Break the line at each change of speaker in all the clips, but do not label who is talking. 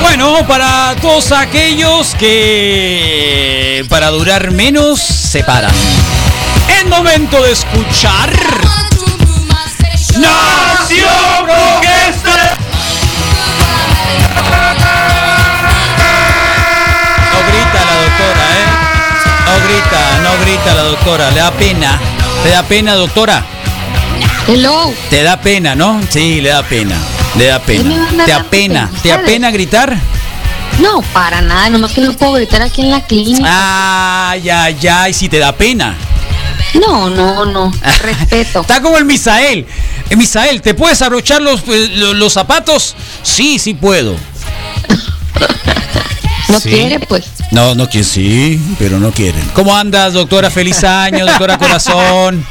Bueno, para todos aquellos que para durar menos se paran. Es momento de escuchar.
Nación Roquester.
No grita la doctora, ¿eh? No grita, no grita la doctora. Le da pena. Le da pena, doctora.
Hello.
Te da pena, ¿no? Sí, le da pena. Le da
Él me
pena.
manda
Te
la
apena.
pena,
¿Te
¿sabes?
apena gritar?
No, para nada, nomás que no puedo gritar aquí en la clínica.
Ay, ay, ay, si te da pena. Ah.
No, no, no. Respeto.
Está como el Misael. Eh, Misael, ¿te puedes abrochar los, eh, lo- los zapatos? Sí, sí puedo.
No
Sí.
quiere, pues.
No, no quieren, sí, pero no quieren. ¿Cómo andas, doctora? Feliz año, doctora Corazón.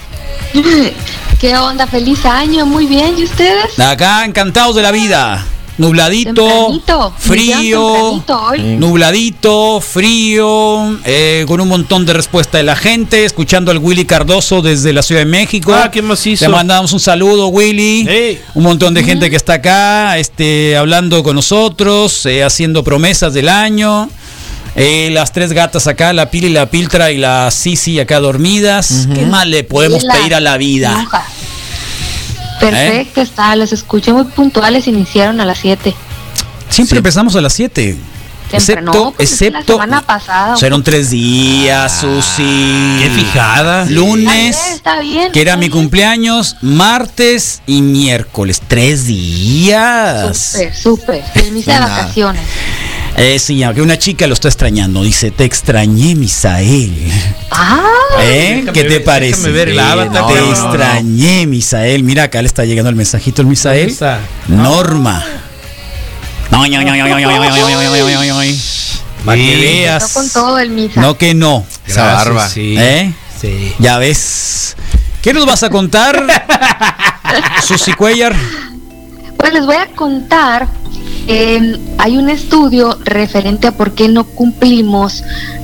¿Qué onda? Feliz año, muy bien. ¿Y ustedes?
Acá encantados de la vida. Nubladito,
Tempranito,
frío,
ya tempranito hoy.
nubladito, frío, eh, con un montón de respuesta de la gente, escuchando al Willy Cardoso desde la Ciudad de México.
Ah, ¿qué más hizo?
Te mandamos un saludo, Willy.
Ey.
Un montón de gente que está acá, este, hablando con nosotros, eh, haciendo promesas del año. Eh, las tres gatas acá, la Pili, la Piltra y la Sisi acá dormidas. ¿Qué más le podemos
Y la
pedir a la vida? ¿Eh?
bruja. Perfecto, está. Los escuché muy puntuales. Iniciaron a las 7.
Siempre
Sí.
empezamos a las 7.
Temprano,
Excepto,
pues, es que la
excepto.
semana pasada.
Fueron tres días, Susi.
Ah, Qué fijada.
Lunes,
Ayer, está bien,
que era
está
mi
bien.
cumpleaños, martes y miércoles. Tres días.
Súper, súper. Permiso de
Nada.
vacaciones.
Eh, sí, que una chica lo está extrañando. Dice, te extrañé, Misael.
Ah,
¿Eh?
déjame
¿Qué te
ver-
parece?
déjame ver el
Eh,
avatar,
te
no, no, no.
extrañé, Misael. Mira, acá le está llegando el mensajito al
¿Eh?
Misael.
está?
Norma. No, no, no, no, no, no, no, no, no, no, no, no. Para que
Sí.
no
veas.
con todo el misa.
No que no.
Esa barba.
Sí.
¿Eh?
Sí.
Ya ves. ¿Qué nos vas a contar, Susy Cuellar?
Pues les voy a contar, eh, hay un estudio referente a por qué no cumplimos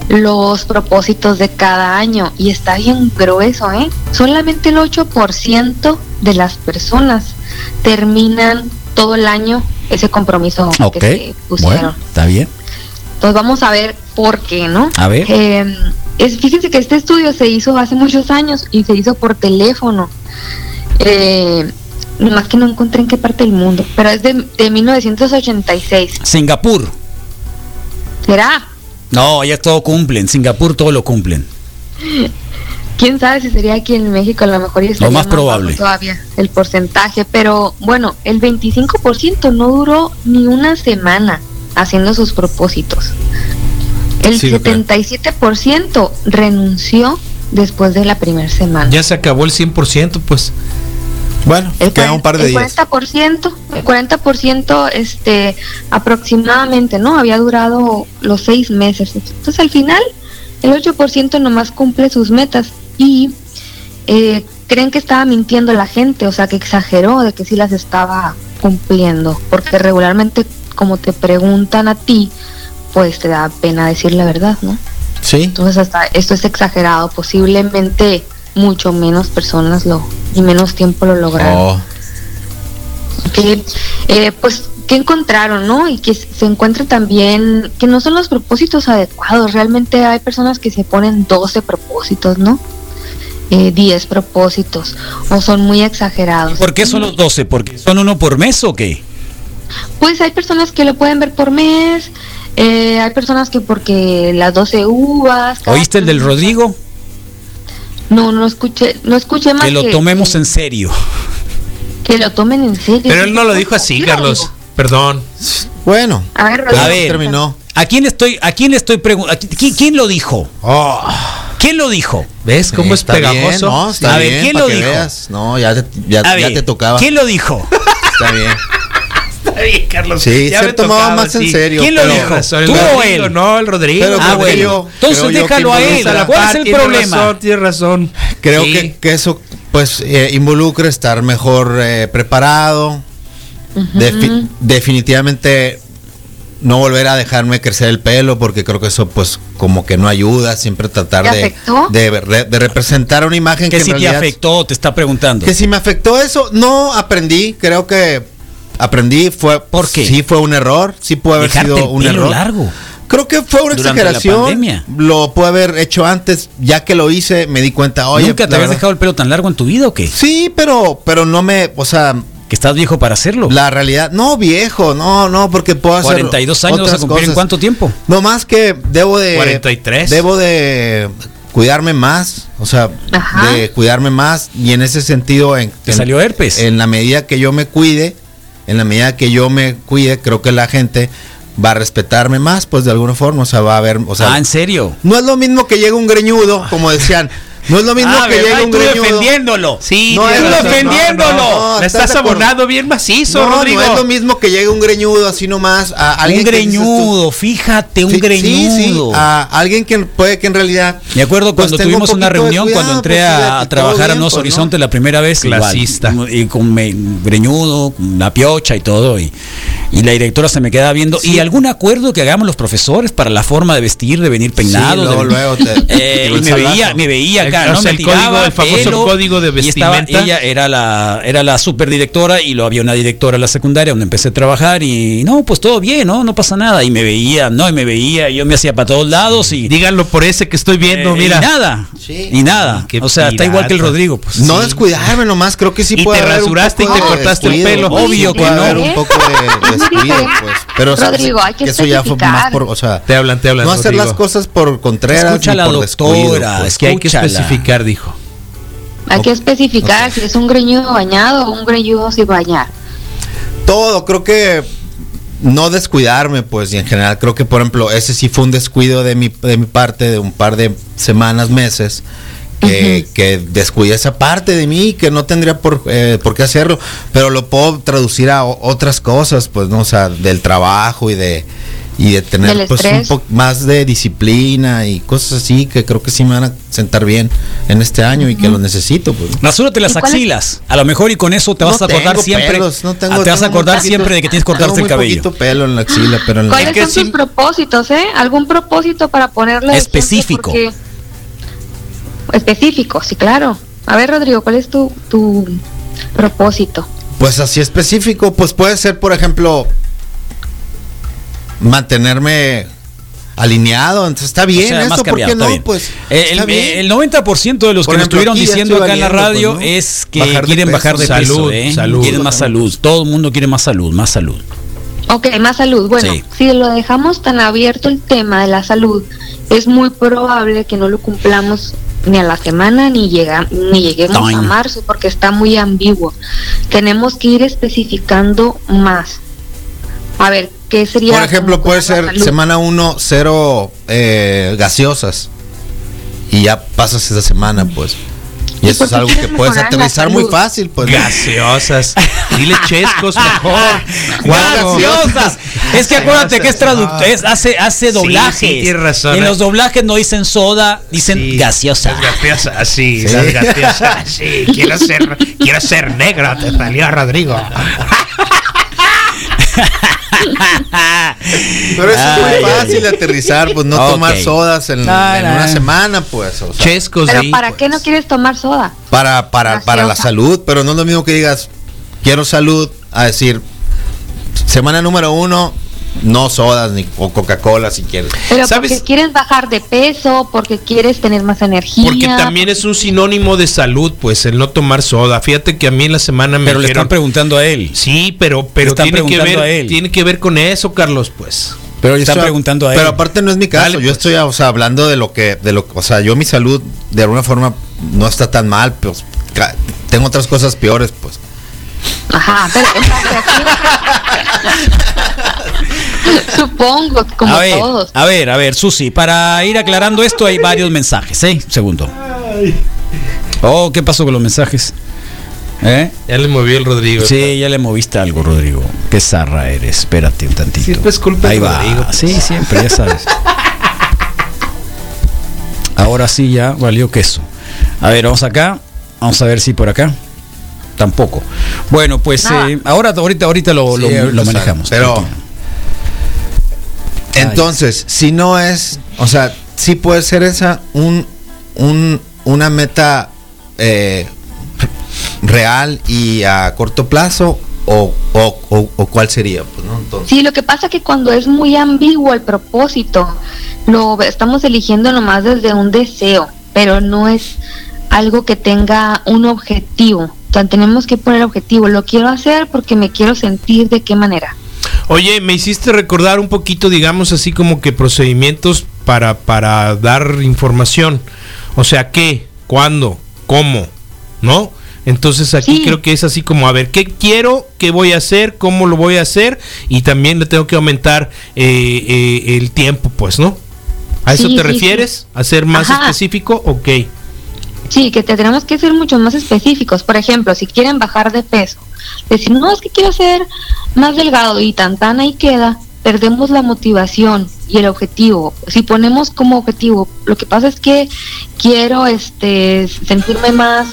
los propósitos de cada año y está bien grueso, ¿eh? Solamente el 8% de las personas terminan todo el año ese compromiso
Ok.
que se pusieron.
Bueno, está bien.
Entonces Pues vamos a ver por qué, ¿no?
A ver.
Eh, es, fíjense que este estudio se hizo hace muchos años y se hizo por teléfono. Eh, nomás que no encontré en qué parte del mundo, pero es de, de 1986.
Singapur.
¿Será?
No, ya todo cumplen. Singapur todo lo cumplen.
Quién sabe si sería aquí en México, a lo mejor y estaría
más
bajo
probable.
Todavía el porcentaje, pero bueno, el 25% no duró ni una semana haciendo sus propósitos. El
Sí, lo creo.
77% renunció después de la primera semana.
Ya se acabó el 100%, pues.
Bueno,
El
quedan
cuaren-
un par de
el
días.
40%, el 40% este, aproximadamente, ¿no? Había durado los seis meses. Entonces al final, el 8% nomás cumple sus metas y eh, creen que estaba mintiendo la gente, o sea, que exageró de que sí las estaba cumpliendo, porque regularmente como te preguntan a ti, pues te da pena decir la verdad, ¿no?
Sí.
Entonces hasta esto es exagerado, posiblemente mucho menos personas lo y menos tiempo lo lograron
Oh,
que eh, pues que encontraron, ¿no? Y que se encuentra también que no son los propósitos adecuados. Realmente hay personas que se ponen 12 propósitos, ¿no? Eh, 10 propósitos o son muy exagerados.
¿Por qué son los 12? ¿Porque son uno por mes o qué?
Pues hay personas que lo pueden ver por mes, eh, hay personas que porque las 12 uvas... cada-
¿Oíste el del Rodrigo?
No, no escuché, no escuché más
Que lo tomemos en serio.
Que lo tomen en serio.
Pero él no lo dijo así,
Sí lo
Carlos.
digo.
Perdón.
bueno.
A ver,
A
Rodrigo,
ver.
Terminó.
¿A quién estoy, a quién le estoy preguntando? ¿Quién, quién lo dijo?
Ah.
¿Quién lo dijo?
¿Ves cómo
Sí,
es
está bien,
pegajoso?
no, está
A ver,
bien,
¿quién
para
lo
que
dijo?
veas. No, ya te, ya,
A
ya
ver,
te tocaba.
¿Quién lo dijo?
Está bien.
bien, Carlos.
Sí,
Ya
se
me
tomaba
tocaba,
más en
sí.
serio,
¿Quién lo
pero- eh,
dijo?
Razón, el
¿Tú o
Rodrigo,
él?
No, el Rodrigo.
Pero
Ah,
creo
bueno.
yo-
Entonces
creo yo
déjalo
que
a él.
involucra la
¿Cuál es el problema?
Razón, tiene razón.
Creo
Sí.
que, que eso pues eh, involucra estar mejor eh, preparado. Defi- definitivamente no volver a dejarme crecer el pelo porque creo que eso pues como que no ayuda. Siempre tratar
¿Te
de,
afectó?
de, re- de representar una imagen que
¿Qué
en
si te
realidad-
afectó? Te está preguntando.
Que si me afectó eso, no aprendí. Creo que aprendí fue
¿Por qué?
sí fue un error, sí puede haber
Dejarte
sido
el
un
pelo
error.
largo.
Creo que fue una
Durante la pandemia.
exageración. Lo pude haber hecho antes, ya que lo hice, me di cuenta, oye,
¿Nunca te
la
habías
verdad-
dejado el pelo tan largo en tu vida o qué?
Sí, pero pero no me, o sea,
Que estás viejo para hacerlo.
la realidad, no viejo, no, no, porque puedo hacer
42 años vas a
otras
cumplir en
cosas.
cuánto tiempo?
No más que debo de
43.
Debo de cuidarme más, o sea,
Ajá.
de cuidarme más y en ese sentido en
Te
en-
salió herpes.
En la medida que yo me cuide, en la medida que yo me cuide, creo que la gente va a respetarme más, pues de alguna forma, o sea, va a ver, o sea,
ah, en serio.
no es lo mismo que llegue un greñudo, como decían, no es lo mismo
Ah,
que
¿verdad?
llegue un
Y tú
greñudo.
defendiéndolo.
Sí,
No,
tienes
es lo
razón,
defendiéndolo.
No,
Le
¿estás
estás
de acuerdo?
abonado bien macizo,
No, no
Rodrigo.
es lo mismo que llegue un greñudo así nomás a alguien
un
que dices tú-
greñudo, fíjate, un
Sí, Ah, sí,
greñudo.
sí, a alguien que puede que en realidad
Me acuerdo
pues,
cuando
tenga un
tuvimos una
poquito de
reunión,
cuidado,
cuando entré
pues,
a,
fíjate,
a
todo
trabajar a
bien,
Nuevos
pues, ¿no?
Horizontes la primera vez. igual.
Clasista.
y con me- greñudo, con la piocha y todo. Y, y la directora se me quedaba viendo. ¿Y algún acuerdo que hagamos los profesores para la forma de vestir, de venir peinado?
luego,
de-
luego te-
Eh,
te
y
el
me
salazo.
veía, me veía acá,
El- o
¿no?
sea,
me
el código,
tiraba
el famoso
pelo,
código de
y estaba-
vestimenta.
ella era la, era la superdirectora y lo había una directora en la secundaria donde empecé a trabajar y no, pues todo bien, ¿no? No pasa nada. Y me veía, ¿no? Y me veía, y yo me hacía para todos lados y
Díganlo por ese que estoy viendo,
eh,
mira.
Y nada.
Sí.
Y nada.
Qué
o sea, está igual que el
pirata.
Rodrigo. Pues,
No
Sí.
descuidarme nomás, creo que sí
Y
puede
te
haber un
rasuraste y
poco
te
de
cortaste el pelo.
descuido, sí,
Obvio
puede
que no.
haber un poco de
Es muy
descuido,
diferente.
pues. Pero o sea,
Rodrigo, hay que
eso ya fue
especificar.
más por, o sea,
Te hablan, te hablan,
No hacer
Rodrigo.
las cosas por contreras
Escucha
ni
a la
por
doctora,
pues.
es que hay que Escúchala. especificar,
dijo.
Hay que especificar si es un greñudo bañado o un greñudo sin bañar.
todo, creo que no descuidarme, pues, y en general, creo que, por ejemplo, ese sí fue un descuido de mi, de mi parte de un par de semanas, meses, que, que descuidé esa parte de mí, que no tendría por, eh, por qué hacerlo, pero lo puedo traducir a o- otras cosas, pues, ¿no? O sea, del trabajo y de, y de tener
Del
pues, un
estrés.
poco más de disciplina y cosas así, que creo que sí me van a sentar bien en este año y que lo necesito, pues.
Rasúrate las
¿Y cuál es?
axilas. A lo mejor y con eso te
No
vas a acordar
tengo
siempre. Ah,
pelos, no tengo-
te vas a
tengo muy
acordar
poquito-
siempre de que tienes que cortarte
tengo
el
muy
cabello.
poquito pelo en la axila, pero en la-
¿Cuáles
que
son tus
sí-
propósitos, eh? ¿Algún propósito para ponerle ejemplo?
Específico.
Porque- Específico, sí, claro. A ver, Rodrigo, ¿cuál es tu, tu propósito?
Pues así específico, pues puede ser, por ejemplo, mantenerme alineado, entonces está
O sea,
bien
más
eso, ¿por
cambiado,
qué
está
no?
bien.
Pues
Eh, el,
está bien.
eh, el 90% de los
Por
que
ejemplo,
nos estuvieron
aquí ya
diciendo
estoy
acá en la
valiendo,
radio
pues, ¿no?
es que
Bajar de
quieren
peso,
bajar de peso.
salud,
¿eh?
salud.
Quieren más salud. Todo el mundo quiere más salud, más salud.
Ok, más salud. Bueno,
Sí.
si lo dejamos tan abierto el tema de la salud, es muy probable que no lo cumplamos ni a la semana ni llega ni lleguemos
Time.
a marzo porque está muy ambiguo. Tenemos que ir especificando más. A ver, ¿qué sería?
por ejemplo,
como
puede
cuidar la
ser
salud?
semana 1, cero eh, gaseosas. Y ya pasas esa semana, pues. Y
¿Y
eso
por
es
qué
algo que
quieres
puedes
mejorar la
aterrizar muy
salud?
fácil, pues.
Gaseosas. Dile chescos mejor. Guapo.
¡Graciosas! Es que acuérdate que es traductor,
Ah.
es, hace, hace
Sí,
doblajes.
sí, tienes razón,
En
¿eh?
los doblajes no dicen soda, dicen
Sí,
gaseosa.
Las gaseosas, sí,
Sí.
las gaseosas, sí. Quiero ser, quiero ser negra, te salió Rodrigo.
Pero eso
Ay,
es muy
ay,
fácil de aterrizar, pues no
Ok.
tomar sodas en,
No,
en
no.
una semana, pues. o sea,
Chescos,
Pero
sí.
¿para qué no
pues.
quieres tomar soda?
para, para, para la
Gaseosa.
salud, pero no es lo mismo que digas, quiero salud, a decir, semana número uno, no sodas ni o Coca-Cola si quieres.
Pero
¿Sabes?
porque quieres bajar de peso, porque quieres tener más energía.
Porque también es un sinónimo de salud, pues, el no tomar soda. Fíjate que a mí en la semana me
Pero le están
dijeron-
preguntando a él.
Sí, pero, pero
están
tiene que
preguntando a
ver,
él.
tiene que ver con eso, Carlos, pues.
Pero le están
O sea,
preguntando a él.
Pero aparte no es mi caso,
Dale,
yo
pues.
estoy o sea, hablando de lo que, de lo, o sea, yo mi salud de alguna forma no está tan mal, pues ca- tengo otras cosas peores, pues.
Ajá, pero o sea, que aquí- Supongo, como
a ver,
todos.
a ver, a ver, Susi, para ir aclarando esto hay varios mensajes, ¿eh? Segundo. Oh, ¿qué pasó con los mensajes? ¿Eh?
Ya le movió el Rodrigo.
Sí, ya le moviste algo, Rodrigo. Qué zarra eres, espérate un tantito.
Siempre es pues, culpa de
Ahí va.
Rodrigo.
Sí, siempre, ya sabes. Ahora sí ya valió queso. A ver, vamos acá. Vamos a ver si por acá. Tampoco. Bueno, pues
Nada.
eh, ahora, ahorita, ahorita lo,
Sí,
lo-
ahorita
lo
sale.
manejamos.
Pero
Tranquilo.
entonces, si no es, o sea, sí puede ser esa un, un una meta eh, real y a corto plazo o, o, o- o cuál sería, pues, ¿no? Entonces,
Sí, lo que pasa que cuando es muy ambiguo el propósito, lo estamos eligiendo nomás desde un deseo, pero no es algo que tenga un objetivo. O sea, tenemos que poner objetivo. Lo quiero hacer porque me quiero sentir de qué manera.
Oye, me hiciste recordar un poquito, digamos, así como que procedimientos para, para dar información. O sea, ¿qué? ¿Cuándo? ¿Cómo? ¿No? Entonces aquí
Sí.
creo que es así como, a ver, ¿qué quiero? ¿Qué voy a hacer? ¿Cómo lo voy a hacer? Y también le tengo que aumentar eh, eh, el tiempo, pues, ¿no? ¿A eso
Sí,
te
sí,
refieres? ¿A ser más
Ajá.
específico? Ok.
Sí, que te- tenemos que ser mucho más específicos. Por ejemplo, si quieren bajar de peso, decir, no, es que quiero ser más delgado y tan tan ahí queda, perdemos la motivación y el objetivo. Si ponemos como objetivo, lo que pasa es que quiero este sentirme más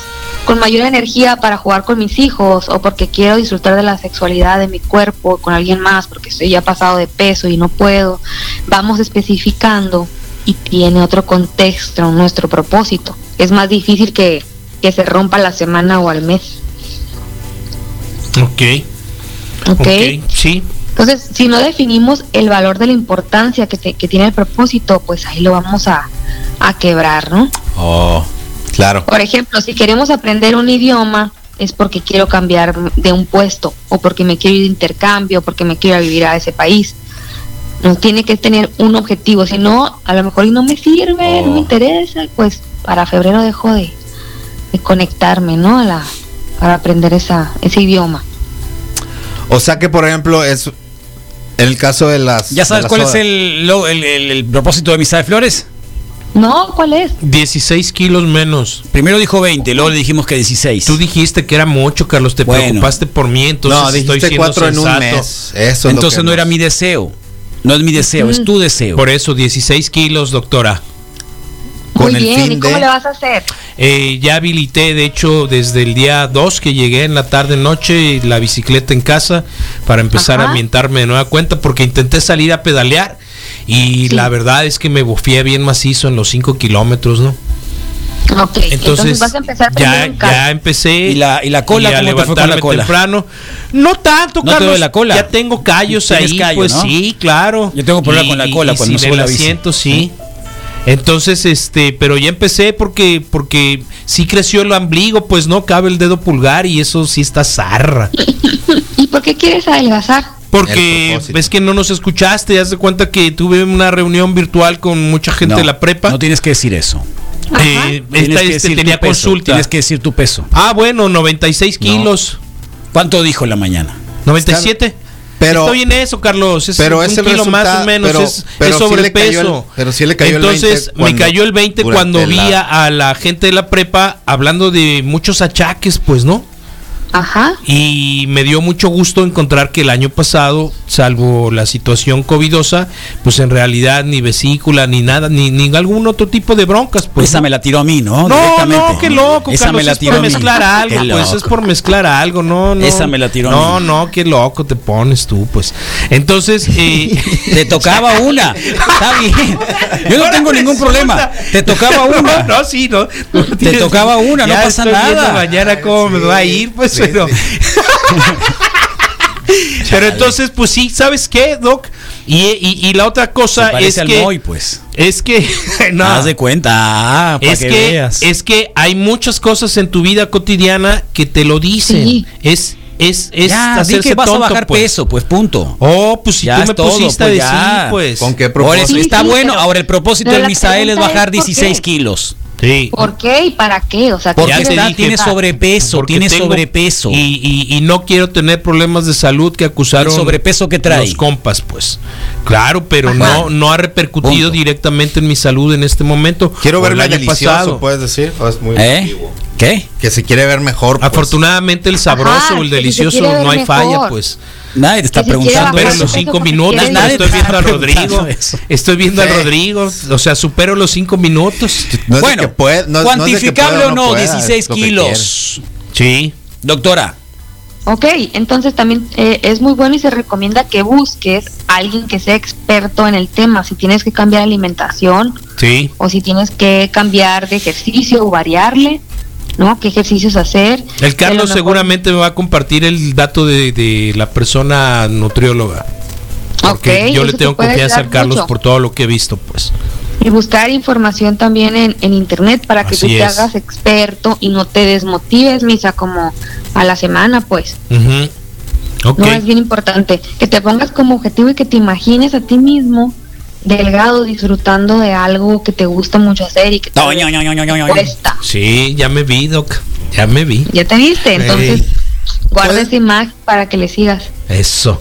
con mayor energía para jugar con mis hijos o porque quiero disfrutar de la sexualidad de mi cuerpo con alguien más porque estoy ya pasado de peso y no puedo. Vamos especificando y tiene otro contexto nuestro propósito. Es más difícil que, que se rompa la semana o al mes.
Ok.
¿ok?
Ok. Sí.
Entonces, si no definimos el valor de la importancia que, te- que tiene el propósito, pues ahí lo vamos a, a quebrar, ¿no?
oh, claro.
Por ejemplo, si queremos aprender un idioma, es porque quiero cambiar de un puesto, o porque me quiero ir de intercambio, o porque me quiero ir a vivir a ese país. No tiene que tener un objetivo, si no, a lo mejor y no me sirve, no
Oh.
me interesa, pues para febrero dejo de, de conectarme, ¿no? A la, para aprender esa, ese idioma.
O sea que, por ejemplo, es en el caso de las...
¿Ya sabes
de las
cuál es
sodas.
el, lo- el- el- el propósito de Misa de Flores?
No, ¿cuál es?
16 kilos menos.
Primero dijo 20, luego le dijimos que 16.
Tú dijiste que era mucho, Carlos. Te
Bueno.
preocupaste por mí, entonces
No, dijiste
estoy siendo
cuatro en un
sensato.
mes. Eso es lo
Entonces
que
no era mi deseo. No es mi deseo, es tu deseo.
Por eso, 16 kilos, doctora.
Con
Muy
el
bien,
fin
¿y cómo
de-
le vas a hacer?
Eh, ya habilité, de hecho, desde el día 2 que llegué en la tarde, noche, la bicicleta en casa para empezar a
Ajá.
ambientarme de nueva cuenta, porque intenté salir a pedalear
Sí.
y la verdad es que me bofié bien macizo en los 5 kilómetros, ¿no?
Ok, entonces, vas a empezar
ya,
primero en casa.
ya empecé.
¿Y la- y la cola?
Y a
¿Cómo te fue con la
levantarme
cola?
temprano. No tanto,
¿No te
Carlos.
duele la cola?
Ya tengo callos
Tienes
ahí,
callo,
pues
¿no?
sí, claro.
Yo tengo problema con la cola cuando
si
subo
del
la bici.
asiento, sí. Entonces, este, pero ya empecé porque, porque sí creció el ombligo, pues no cabe el dedo pulgar y eso sí está zarra.
¿Y por qué quieres adelgazar?
El
Porque
propósito.
ves que no nos escuchaste, haz de cuenta que tuve una reunión virtual con mucha gente
No,
de la prepa.
No tienes que decir eso.
Ajá.
Eh,
Tienes
esta-
que
este
decir tu
tenía
peso,
consulta.
Tienes que decir tu peso.
Ah, bueno, 96
No.
kilos.
¿Cuánto dijo en la mañana?
97.
Pero-
Estoy en eso, Carlos. Es
pero
un
es el
kilo más
resultado-
o menos.
pero-
es,
pero
es
sí le
sobrepeso.
cayó el- pero sí le cayó el
Entonces
20
me
cuando-
cayó el 20
durante
cuando vi
la-
a, a la gente de la prepa hablando de muchos achaques, pues, ¿no?
Ajá.
Y me dio mucho gusto encontrar que el año pasado, salvo la situación covidosa, pues en realidad ni vesícula, ni nada, ni, ni algún otro tipo de broncas, pues.
esa
¿no?
me la tiró a mí, ¿no?
No,
Directamente.
no, qué loco,
Esa
Carlos,
me la
es
tiró a
por
mí.
mezclar algo,
Qué
pues es
loco.
por mezclar algo, no, no.
Esa me la tiró a
No,
mí.
no, qué loco te pones tú, pues. Entonces, eh,
Te tocaba una. Está bien. Yo no
ahora
tengo ningún
resulta-
problema. Te tocaba una.
No, no, sí, no. no tienes-
tocaba una, no
Ya
pasa
estoy viendo
nada.
Mañana cómo me va a ir, pues,
sí,
pero.
sí.
Pero entonces, pues sí, ¿sabes qué, Doc? Y, y- y la otra
Se
cosa es
parece al
que.
Moy, pues.
Es que. no.
Haz de cuenta. Ah, para
es que,
veas.
es que hay muchas cosas en tu vida cotidiana que te lo dicen.
Sí.
Es, es, es
ya, di
hacerse
que vas
tonto,
a bajar
pues.
peso, pues punto.
Oh, pues si
Ya
tú
es
me
todo,
pusiste
pues,
a decir,
ya.
pues.
¿Con qué
Por eso
propósito?
Sí,
está
sí,
bueno.
pero-
Ahora, el propósito
pero
de
la
Misael es
pregunta
bajar
es, ¿por qué?
16 kilos.
Sí.
¿Por qué y para qué? O sea,
Porque
Ya
¿qué
te
está,
dije,
tiene
pa-
sobrepeso,
Porque
tiene
tengo-
sobrepeso.
Y, y- y no quiero tener problemas de salud que acusaron.
El sobrepeso que trae.
Los compas, pues. Claro, pero
Ajá.
no, no ha
Punto.
repercutido directamente en mi salud en este momento.
Quiero
O el
verme
año
delicioso,
pasado.
pues,
puedes decir. o es muy
¿Eh?
antiguo.
¿Qué?
Que se quiere ver mejor. pues.
Afortunadamente el sabroso
Ajá,
o
que
el
si se
delicioso
quiere ver
no hay
mejor.
falla, pues.
Nadie te está
Que si quiere
preguntando.
bajar
Pero
de
los
eso.
peso
cinco
porque
minutos,
quiere
no,
nadie
estoy
te
viendo
está
a Rodrigo.
preguntando eso.
Estoy viendo
Sí.
a Rodrigo. O sea, supero los cinco minutos.
No es de
bueno,
que puede- no- no es de que
cuantificable
pueda
o no,
pueda, es
16
lo que
kilos.
Sí.
Doctora,
Ok, entonces también eh, es muy bueno y se recomienda que busques a alguien que sea experto en el tema. Si tienes que cambiar alimentación
Sí.
o si tienes que cambiar de ejercicio o variarle, ¿no? ¿Qué ejercicios hacer?
El
A lo
Carlos
mejor-
seguramente me va a compartir el dato de, de la persona nutrióloga. Porque
Ok,
yo le
eso te
tengo
puede
confianza al
ayudar
Carlos
mucho.
por todo lo que he visto, pues.
Y buscar información también en, en internet para que
Así
tú te
es.
hagas experto y no te desmotives, Misa, como a la semana, pues.
Ujú. Ok.
No es bien importante que te pongas como objetivo y que te imagines a ti mismo delgado disfrutando de algo que te gusta mucho hacer y que
No,
tal vez
ño, ño, ño, ño, ño, ño.
cuesta.
Sí, ya me vi, Doc. Ya me vi.
Ya te viste,
Ey.
entonces guarda
Puedes-
esa imagen para que le sigas.
Eso.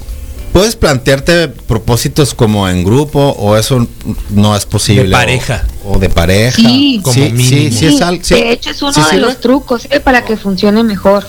¿Puedes plantearte propósitos como en grupo o eso no es posible?
De pareja.
O, o de pareja.
Sí.
Como
sí, sí,
mínimo.
sí es al- sí-
de hecho es uno
sí
de
sirve.
los trucos ¿eh? para que funcione mejor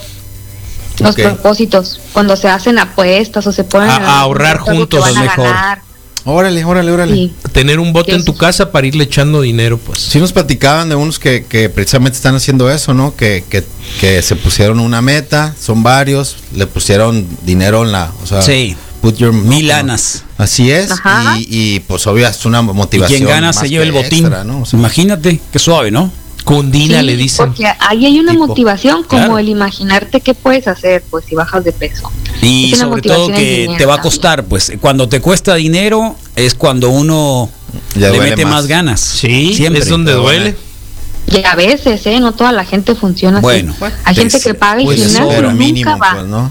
los
Ok.
propósitos cuando se hacen apuestas o se ponen
A-
en
a ahorrar
algún momento
juntos
algo que
es
van a
mejor.
ganar.
Órale, órale, órale.
Sí.
Tener un bote
¿Qué
en tu
es?
casa para irle echando dinero, pues.
Sí nos platicaban de unos que, que precisamente están haciendo eso, ¿no? Que, que, que se pusieron una meta, son varios, le pusieron dinero en la... O sea,
Sí.
put your-
Mil lanas.
Así es.
Ajá.
Y, y, pues obvio es una
Y
motivación.
quien gana
más
se lleva
que
el botín.
extra, ¿no? O sea,
Imagínate, qué suave, ¿no?
Cundina
Sí,
le dicen.
porque ahí hay una
Tipo,
motivación como
claro.
el imaginarte qué puedes hacer pues si bajas de peso
Y
Es una
sobre todo
motivación en
que
dinero
te va a
también.
costar, pues cuando te cuesta dinero es cuando uno
Ya
le
duele
mete más.
más.
ganas.
Sí,
siempre.
es donde
Pero
duele.
bueno.
y a veces eh no toda la gente funciona
Bueno,
así hay gente
pues,
que paga el
pues,
gimnasio
eso
y
era
nunca
mínimo,
va
pues, ¿no?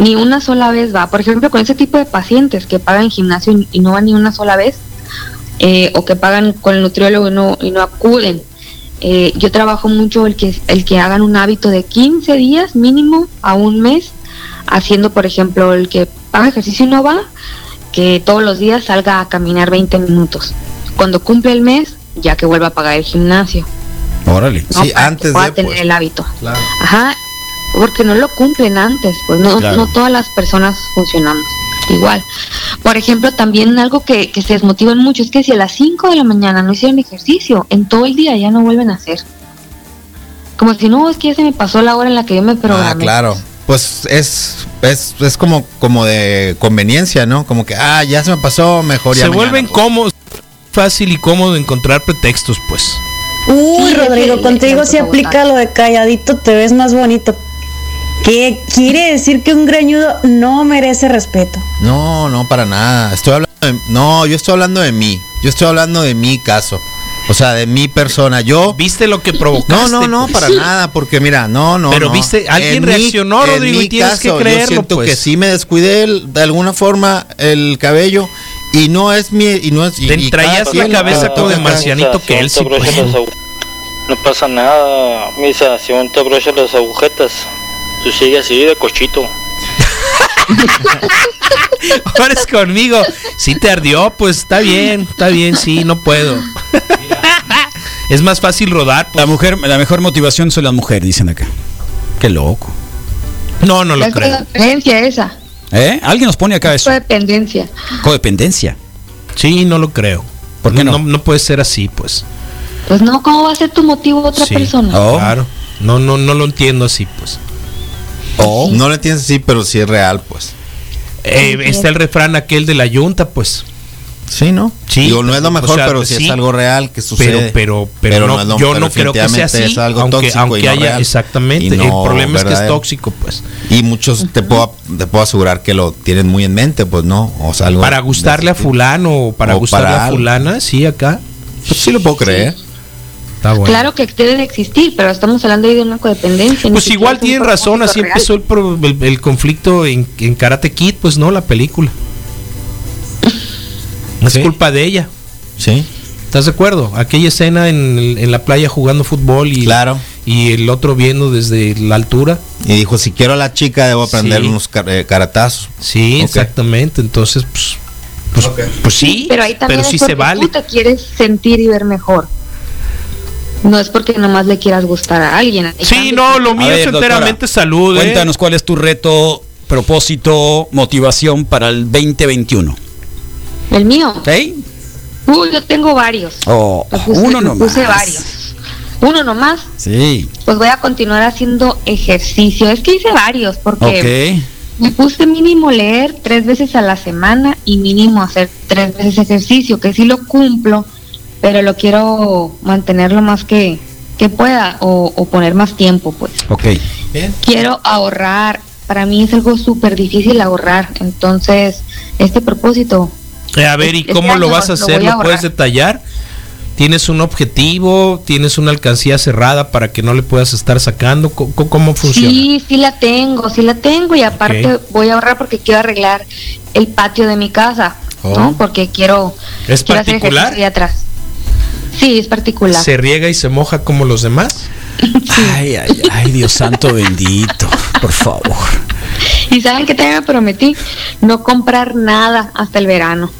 ni una sola vez va. Por ejemplo, con ese tipo de pacientes que pagan gimnasio y- y no van ni una sola vez, eh, o que pagan con el nutriólogo y no, y no acuden. Eh, yo trabajo mucho el que, el que hagan un hábito de 15 días mínimo a un mes, haciendo, por ejemplo, el que paga ejercicio y no va, que todos los días salga a caminar 20 minutos. Cuando cumple el mes, ya que vuelva a pagar el gimnasio.
Órale.
¿no? Para
Sí,
que
antes
pueda
de...
tener
pues,
el hábito.
claro.
Ajá, porque no lo cumplen antes, pues no,
Claro.
no todas las personas funcionamos igual. Por ejemplo, también algo que, que se desmotivan mucho es que si a las 5 de la mañana no hicieron ejercicio, en todo el día ya no vuelven a hacer. Como si no, es que ya se me pasó la hora en la que yo me programé.
Ah, claro. Pues es, es, es como, como de conveniencia, ¿no? Como que, ah, ya se me pasó, mejor ya
Se
mañana,
vuelven
pues.
cómodos. Fácil y cómodo encontrar pretextos, pues.
Uy,
Sí,
Rodrigo,
sí,
contigo
sí,
se aplica lo de calladito, te ves más bonito. ¿Qué quiere decir que un greñudo no merece respeto?
No, no, para nada. Estoy hablando de- no, yo estoy hablando de mí. Yo estoy hablando de mi caso. O sea, de mi persona. Yo.
¿Viste lo que
No,
provocaste?
no, no,
pues?
para nada, porque mira, no, no.
Pero
no.
viste, alguien
En
reaccionó,
en
Rodrigo,
mi
y tienes que
caso,
creerlo,
Yo siento
pues.
que sí me descuidé el- de alguna forma el cabello y no es mi y no es y,
Te
y
traías
cada
la
quien,
cabeza
Ah,
cada
como de
quien.
marciano. marcianito que él sí
Te abrochas
puede.
las agu- No pasa nada, misa, si aún te abrochas las agujetas, tú sigues así de cochito.
Ahora es conmigo. Si te ardió, pues está bien, está bien, sí, no puedo. Es más fácil rodar. pues.
La mujer, la mejor motivación son las mujeres, dicen acá. Qué loco.
No, no lo
Es
creo.
codependencia esa,
¿Eh? Alguien nos pone acá eso.
codependencia.
Codependencia.
Sí, no lo creo.
¿Por qué no?
No, no puede ser así, pues.
Pues no, ¿cómo va a ser tu motivo otra
Sí.
ah,
persona?
Oh.
Claro. No, no, no lo entiendo así, pues.
Oh, No lo entiendes así, pero sí es real, pues.
Eh, está el refrán aquel de la yunta, pues.
Sí, ¿no?
Sí.
Digo, no es lo mejor,
O sea,
pero sí,
sí.
es algo real que sucede.
Pero, pero, pero, no,
no es lo-
yo
pero
no creo que sea
definitivamente
así.
es algo
aunque
tóxico
aunque
y no
haya,
real.
exactamente.
Y no
el problema es que es
verdadero.
tóxico, pues.
Y muchos te puedo, te puedo asegurar que lo tienen muy en mente, pues no. O sea, algo
Para
de
gustarle a
ese tipo.
fulano o para
O
gustarle
para
a
algo.
fulana, sí, acá.
Pues sí lo puedo creer.
Está bueno.
Claro que debe de existir, pero estamos hablando ahí de una codependencia. ni
Pues
siquiera
igual
es un
tienen razón,
propósito
así
real.
empezó el, pro- el- el conflicto en, en Karate Kid, pues no, la película. No
Sí.
es culpa de ella.
Sí.
¿Estás de acuerdo? Aquella escena en, el- en la playa jugando fútbol y,
Claro.
y el otro viendo desde la altura.
Y dijo, si quiero a la chica, debo aprender
Sí.
unos car- eh, caratazos.
Sí,
Ok.
exactamente. Entonces, pues, pues, pues sí,
pero ahí también es
sí
porque
se vale.
tú te quieres sentir y ver mejor. No es porque nomás le quieras gustar a alguien. Hay
Sí,
cambios
no,
que-
lo
A
mío
ver,
es
doctora,
enteramente salud. ¿eh?
Cuéntanos cuál es tu reto, propósito, motivación para el 2021.
El mío.
¿Ok?
Uh, yo tengo varios.
O
Me puse-
Oh, uno
me
nomás.
Puse varios. Uno nomás,
Sí.
pues voy a continuar haciendo ejercicio. Es que hice varios porque Eh,
Ok.
me puse mínimo leer tres veces a la semana y mínimo hacer tres veces ejercicio, que sí lo cumplo, pero lo quiero mantenerlo más que que pueda o, o poner más tiempo, pues.
Ok.
Bien.
Quiero ahorrar. Para mí es algo súper difícil ahorrar. Entonces, este propósito
Eh, a ver, ¿y
Este
cómo lo
año
vas a
lo
hacer?
voy a
¿Lo puedes
ahorrar.
detallar? ¿Tienes un objetivo? ¿Tienes una alcancía cerrada para que no le puedas estar sacando? ¿Cómo, cómo funciona?
Sí, sí la tengo, sí la tengo y aparte
Ok.
voy a ahorrar porque quiero arreglar el patio de mi casa,
Oh.
¿no? Porque quiero,
¿Es
quiero
particular?
ejercicio ahí atrás. Sí, es particular.
¿Se riega y se moja como los demás?
Ay, ay, ay, Dios santo bendito, por favor.
Y saben que también me prometí no comprar nada hasta el verano.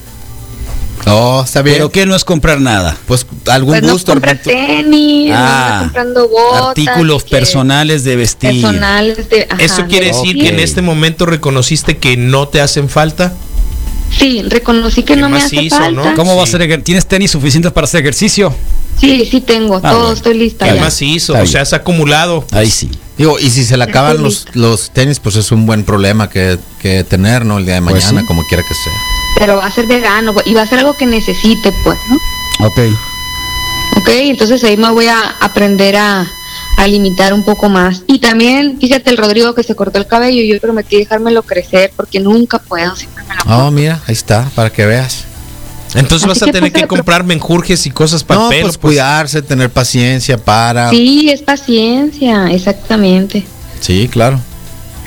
No, Oh, está bien.
Pero que no es comprar nada.
Pues algún
pues no
gusto.
comprar
Armando.
tenis, no
Ah,
andar comprando botas,
Artículos
que-
personales de vestir.
personales de- ajá,
¿Eso quiere
de-
decir
Ok.
que en este momento reconociste que no te hacen falta?
Sí, reconocí que
Qué
no me hace
macizo, ¿no?
falta.
¿Cómo
Sí.
va a ser? ejer- ¿Tienes tenis suficientes para hacer ejercicio?
Sí, sí tengo,
Ah,
todo,
bueno.
estoy
Está
lista
¿Qué
bien.
ya.
más hizo?
Está
O
bien.
sea, has acumulado.
Ahí sí.
Digo, y si se le acaban
Estoy
los,
lista.
los tenis, pues es un buen problema que, que tener, ¿no? El día de
Pues
mañana,
sí.
como quiera que sea.
Pero va a ser verano y va a ser algo que necesite, pues, ¿no?
Ok.
Ok, entonces ahí me voy a aprender a, a limitar un poco más. Y también, fíjate, el Rodrigo que se cortó el cabello, yo prometí dejármelo crecer porque nunca puedo, siempre me lo
Oh, mira, ahí está, para que veas.
Así
Entonces vas a
que
tener
puse
que
la pro-
comprar menjurjes y cosas para
no,
el pelo.
pues,
pues.
cuidarse, tener paciencia
Ah.
para. Sí,
Sí, es paciencia, exactamente.
claro.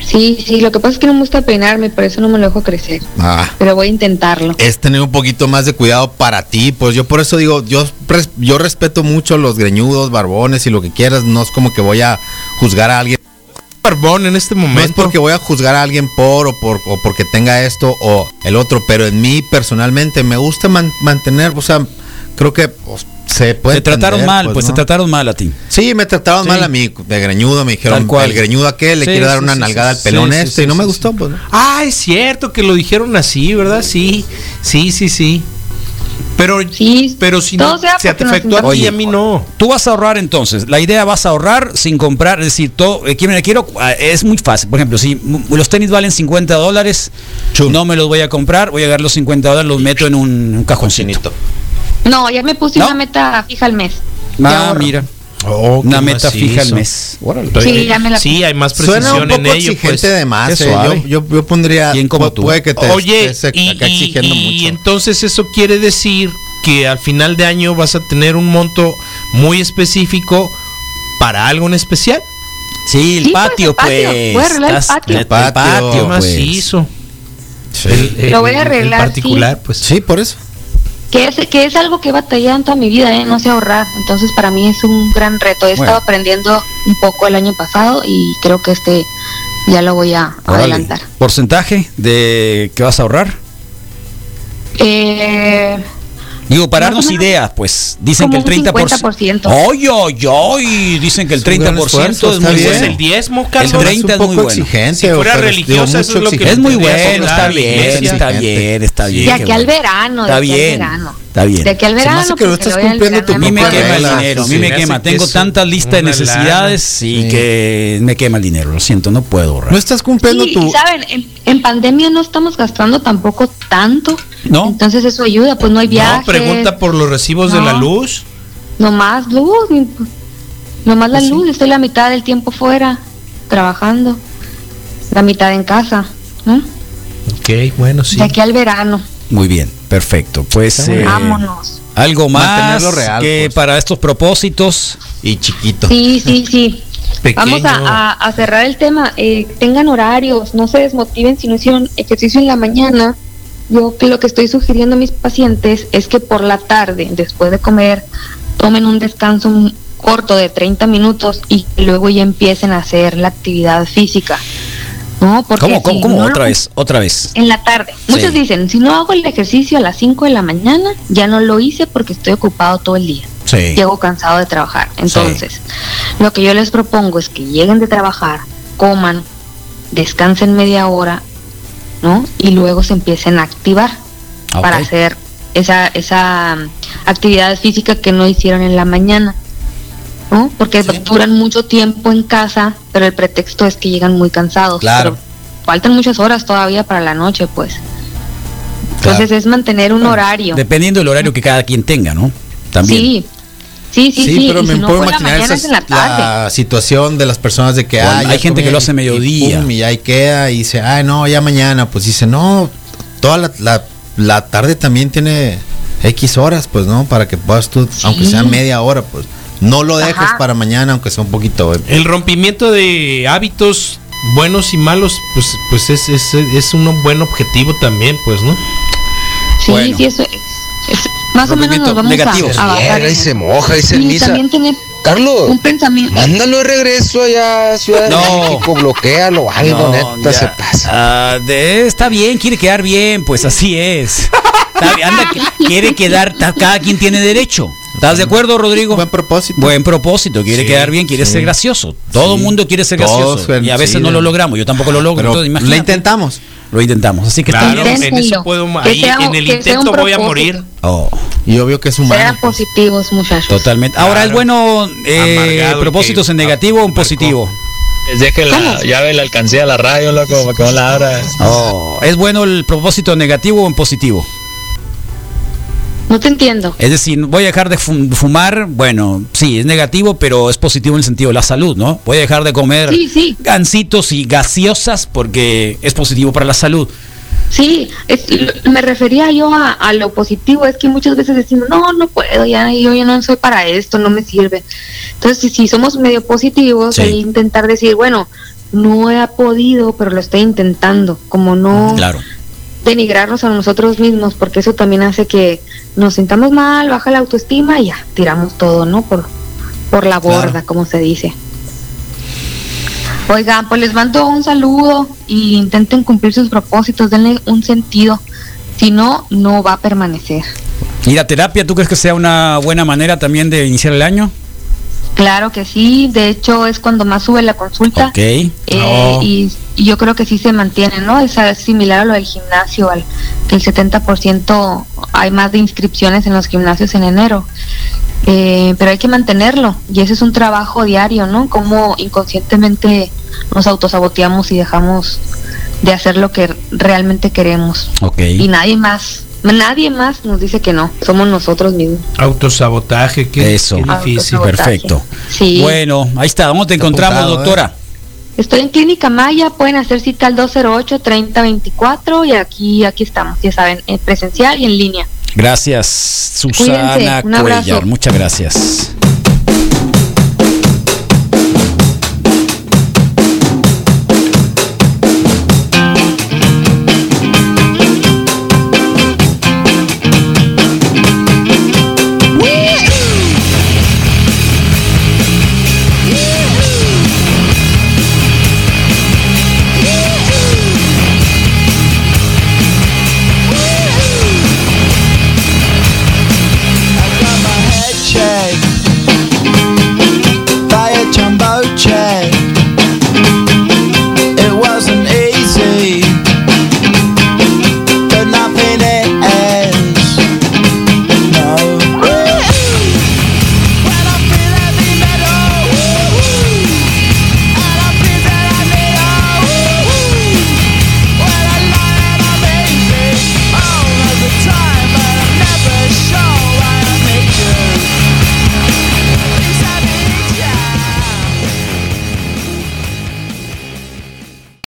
Sí, sí, lo que pasa es que no me gusta peinarme, por eso no me lo dejo crecer,
Ah,
pero voy a intentarlo.
Eh.
es tener un poquito más de cuidado para ti. Pues yo por eso digo, yo, res- yo respeto mucho los greñudos, barbones y lo que quieras. No es como que voy a juzgar a alguien.
barbón en este
No es
momento.
porque voy a juzgar a alguien por o, por o porque tenga esto o el otro, pero en mí personalmente me gusta man- mantener, o sea, creo que pues, se puede.
Te trataron
entender,
mal, pues,
¿no?
te trataron mal a ti.
Sí, me trataron
Sí.
mal a mí, de greñudo, me dijeron,
Tal cual.
el greñudo aquel le
Sí,
quiere dar
sí,
una
sí,
nalgada
sí,
al pelón
sí, sí,
este y
sí,
no me
sí,
gustó,
sí.
pues. ¿no?
Ah, es cierto que lo dijeron así, ¿verdad? Sí, sí, sí, sí. Pero,
Sí,
pero si
todo
no,
sea
se
porque
te
nos
afectó a ti y a
interesa.
mí no.
Tú vas a ahorrar entonces. La idea vas a ahorrar sin comprar. Es decir, todo, eh, quiero, quiero- ah, es muy fácil. Por ejemplo, si m- los tenis valen 50 dólares,
Chum.
no me los voy a comprar. Voy a agarrar los 50 dólares, los meto en un, un cajoncito.
No, ya me puse
¿No?
una meta fija al mes. de
Ah,
ahorro.
mira.
Oh, qué
Una meta
macizo.
fija al mes.
Sí, ya me la
Sí, hay más precisión
Suena un poco
en ello.
exigente
pues.
de más,
Qué
eh,
suave.
yo, yo, yo pondría,
Bien como
pu-
tú.
puede que te
Oye,
estés
y,
este, acá
y-
exigiendo
y
mucho.
entonces eso quiere decir que al final de año vas a tener un monto muy específico para algo en especial.
Sí, el
Sí, pues, el
patio, pues.
patio. Voy a arreglar el
Estás-
patio.
El patio,
¿Qué
Pues.
más hizo?
Sí.
Lo voy a arreglar,
En particular, pues.
Sí, por eso.
que es, que es algo que he batallado en toda mi vida, ¿eh? no sé ahorrar. Entonces para mí es un gran reto. He
Bueno.
estado aprendiendo un poco el año pasado y creo que este ya lo voy a
Órale.
adelantar.
Porcentaje de que vas a ahorrar.
Eh,
Digo, para
Más o
darnos
menos
ideas, pues. Dicen
como
que el
un
30%.
50%.
¡Ay, ay, ay! Dicen que el
Es un gran
30%
esfuerzo,
es
está
muy
bien.
Pues
bueno.
el diezmo,
El
Carlos.
30 es muy bueno.
exigente.
Si fuera
pero,
religiosa, eso
mucho
es lo que-
Es
exigente.
muy
Tendrías
bueno,
que
está
hablar,
bien,
iglesia.
está bien, está bien.
de aquí
qué
al
bueno.
verano,
Está
de aquí
bien,
al verano.
está bien.
De aquí al
Se me
verano.
hace que no
pues,
estás
se le vaya
cumpliendo
el
tu
A
verano.
mí me
Por
quema el
reglas,
dinero, a
sí,
mí me
me
quema.
hace que
Tengo
es
tantas listas de
una
necesidades y
Sí. Pues,
que me quema el dinero. Lo siento, no puedo ahorrar.
No estás cumpliendo
Sí, y
tu...
saben, en, en pandemia no estamos gastando tampoco tanto.
¿No?
Entonces eso ayuda, pues no hay
No,
viajes.
pregunta por los recibos de la
No.
luz.
Nomás luz, ni- nomás la
Pues sí.
luz. Estoy la mitad del tiempo fuera, trabajando, la mitad en casa, ¿no?
Ok, bueno, sí.
De aquí al verano.
Muy bien, perfecto. Pues eh,
Vámonos.
algo más
Mantenerlo real,
que
pues.
para estos propósitos.
Y chiquito.
Sí, sí, sí.
Pequeño.
Vamos a, a- a cerrar el tema. Eh, tengan horarios, no se desmotiven si no hicieron ejercicio en la mañana. Yo que lo que estoy sugiriendo a mis pacientes es que por la tarde, después de comer, tomen un descanso m- corto de 30 minutos y luego ya empiecen a hacer la actividad física. ¿No? Porque
¿Cómo, cómo,
si
cómo?
no
otra
lo-
vez, otra vez.
En la tarde. Muchos
Sí.
dicen, si no hago el ejercicio a las 5 de la mañana, ya no lo hice porque estoy ocupado todo el día
Sí.
llego cansado de trabajar. Entonces, lo que yo les propongo es que lleguen de trabajar, coman, descansen media hora, ¿no? Y luego se empiecen a activar
Ah,
para
ok.
hacer esa, esa mm, actividad física que no hicieron en la mañana. ¿no? Porque duran mucho tiempo en casa, pero el pretexto es que llegan muy cansados.
Claro.
Pero faltan muchas horas todavía para la noche, pues.
Claro.
Entonces es mantener un horario.
Dependiendo del horario que cada quien tenga, ¿no? También.
Sí. Sí, sí, sí.
Sí, pero
y
me
si no
puedo
fue en la
imaginar
mañana,
esa
es en la tarde.
la situación de las personas de que
Bueno,
ah,
hay
ya
gente
comí
que lo hace
y-
mediodía.
Y, pum, y ahí queda y dice, ay, no, ya mañana. Pues dice, no, toda la, la- la tarde también tiene X horas, pues no, para que puedas tú, aunque sea media hora, pues no lo dejes
Ajá.
para mañana, aunque sea un poquito. eh". güey.
El rompimiento de hábitos buenos y malos, pues, pues es, es, es un buen objetivo también, pues, ¿no?
Sí,
Bueno.
sí, eso es. es- más o menos nos
Movimiento
vamos
negativo.
a, a bajar.
Mierda,
en
y Eh, se
eso.
moja, dice el
y
Misa.
también tener
Carlos,
un pensamiento.
mándalo de regreso allá a Ciudad
No.
de México, bloquealo, algo,
No,
neta,
ya.
se pasa.
Ah, de- está bien, quiere quedar bien, pues así es. Está bien, anda, que- quiere quedar, ta- cada quien tiene derecho. ¿Estás de acuerdo, Rodrigo?
Buen propósito.
Buen propósito, quiere
Sí,
quedar bien, quiere
sí.
ser gracioso. Todo el
Sí.
mundo quiere ser
Todos
gracioso. Y a
suelen-
veces
sí,
no
de-
lo logramos, yo tampoco lo logro.
Pero
entonces,
lo
imagínate.
intentamos.
lo intentamos, así que está
Claro,
bien.
en eso
Inténtenlo.
puedo,
Que
ahí,
sea un-
en el
que sea un
intento voy a
propósito.
morir.
Oh,
Y obvio que es humano. pues.
Sean positivos, muchachos.
totalmente. Ahora
Claro.
es bueno eh,
Amargado el
propósitos
que
en negativo o en
marcó.
positivo.
Deje la llave Ah, de la alcancía de la radio, loco, para que no la abra.
Oh, es bueno el propósito en negativo o en positivo.
No te entiendo.
Es decir, voy a dejar de fum- fumar, bueno, sí, es negativo, pero es positivo en el sentido de la salud, ¿no? Voy a dejar de comer
Sí, sí.
gancitos y gaseosas porque es positivo para la salud.
Sí, es- me refería yo a, a lo positivo, es que muchas veces decimos, no, no puedo, ya yo ya no soy para esto, no me sirve. Entonces, si, si somos medio positivos,
Sí.
el intentar decir, bueno, no he podido, pero lo estoy intentando, como no
Claro.
denigrarnos a nosotros mismos, porque eso también hace que nos sintamos mal, baja la autoestima y ya, tiramos todo, ¿no? Por, por la borda, como se dice. Oigan, pues les mando un saludo y intenten cumplir sus propósitos, denle un sentido. Si no, no va a permanecer.
¿Y la terapia, tú crees que sea una buena manera también de iniciar el año?
Claro que sí, de hecho es cuando más sube la consulta.
Ok.
Eh,
No.
y, y yo creo que sí se mantiene, ¿no? Es eh, similar a lo del gimnasio, al que el 70% hay más de inscripciones en los gimnasios en enero. Eh, pero hay que mantenerlo y ese es un trabajo diario, ¿no? Como inconscientemente nos autosaboteamos y dejamos de hacer lo que realmente queremos.
Ok.
Y nadie más, nadie más nos dice que no, somos nosotros mismos.
Autosabotaje, qué,
Eso.
qué difícil.
Autosabotaje.
Perfecto.
Sí.
Bueno, ahí está. ¿Dónde te encontramos,
apuntado,
doctora?
Estoy en Clínica Maya, pueden hacer cita al 208-3024 y aquí, aquí estamos, ya saben, en presencial y en línea.
Gracias, Susana
Cuídense, un abrazo.
Cuellar. Muchas gracias.